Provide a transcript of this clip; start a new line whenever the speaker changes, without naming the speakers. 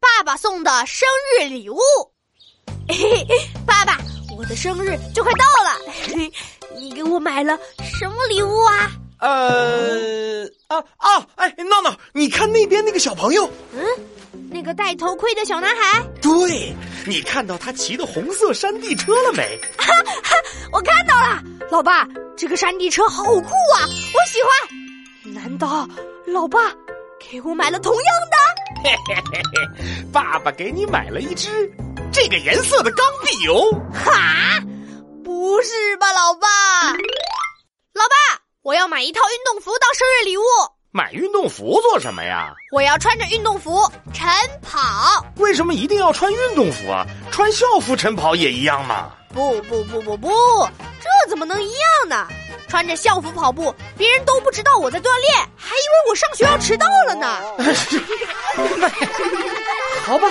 爸爸送的生日礼物。 嘿嘿，爸爸，我的生日就快到了， 嘿你给我买了什么礼物啊？
呃啊啊！哎，闹闹，你看那边那个小朋友，
嗯，那个戴头盔的小男孩，
对你看到他骑的红色山地车了没？
我看到了。老爸，这个山地车好酷啊，我喜欢。难道老爸给我买了同样的？
嘿嘿嘿嘿，爸爸给你买了一支这个颜色的钢笔哦。
哈，不是吧，老爸？老爸，我要买一套运动服当生日礼物，
买运动服做什么呀？
我要穿着运动服晨跑。
为什么一定要穿运动服啊？穿校服晨跑也一样嘛。
不不不不不，这怎么能一样呢？穿着校服跑步，别人都不知道我在锻炼，还以为我上学要迟到了呢。
好吧。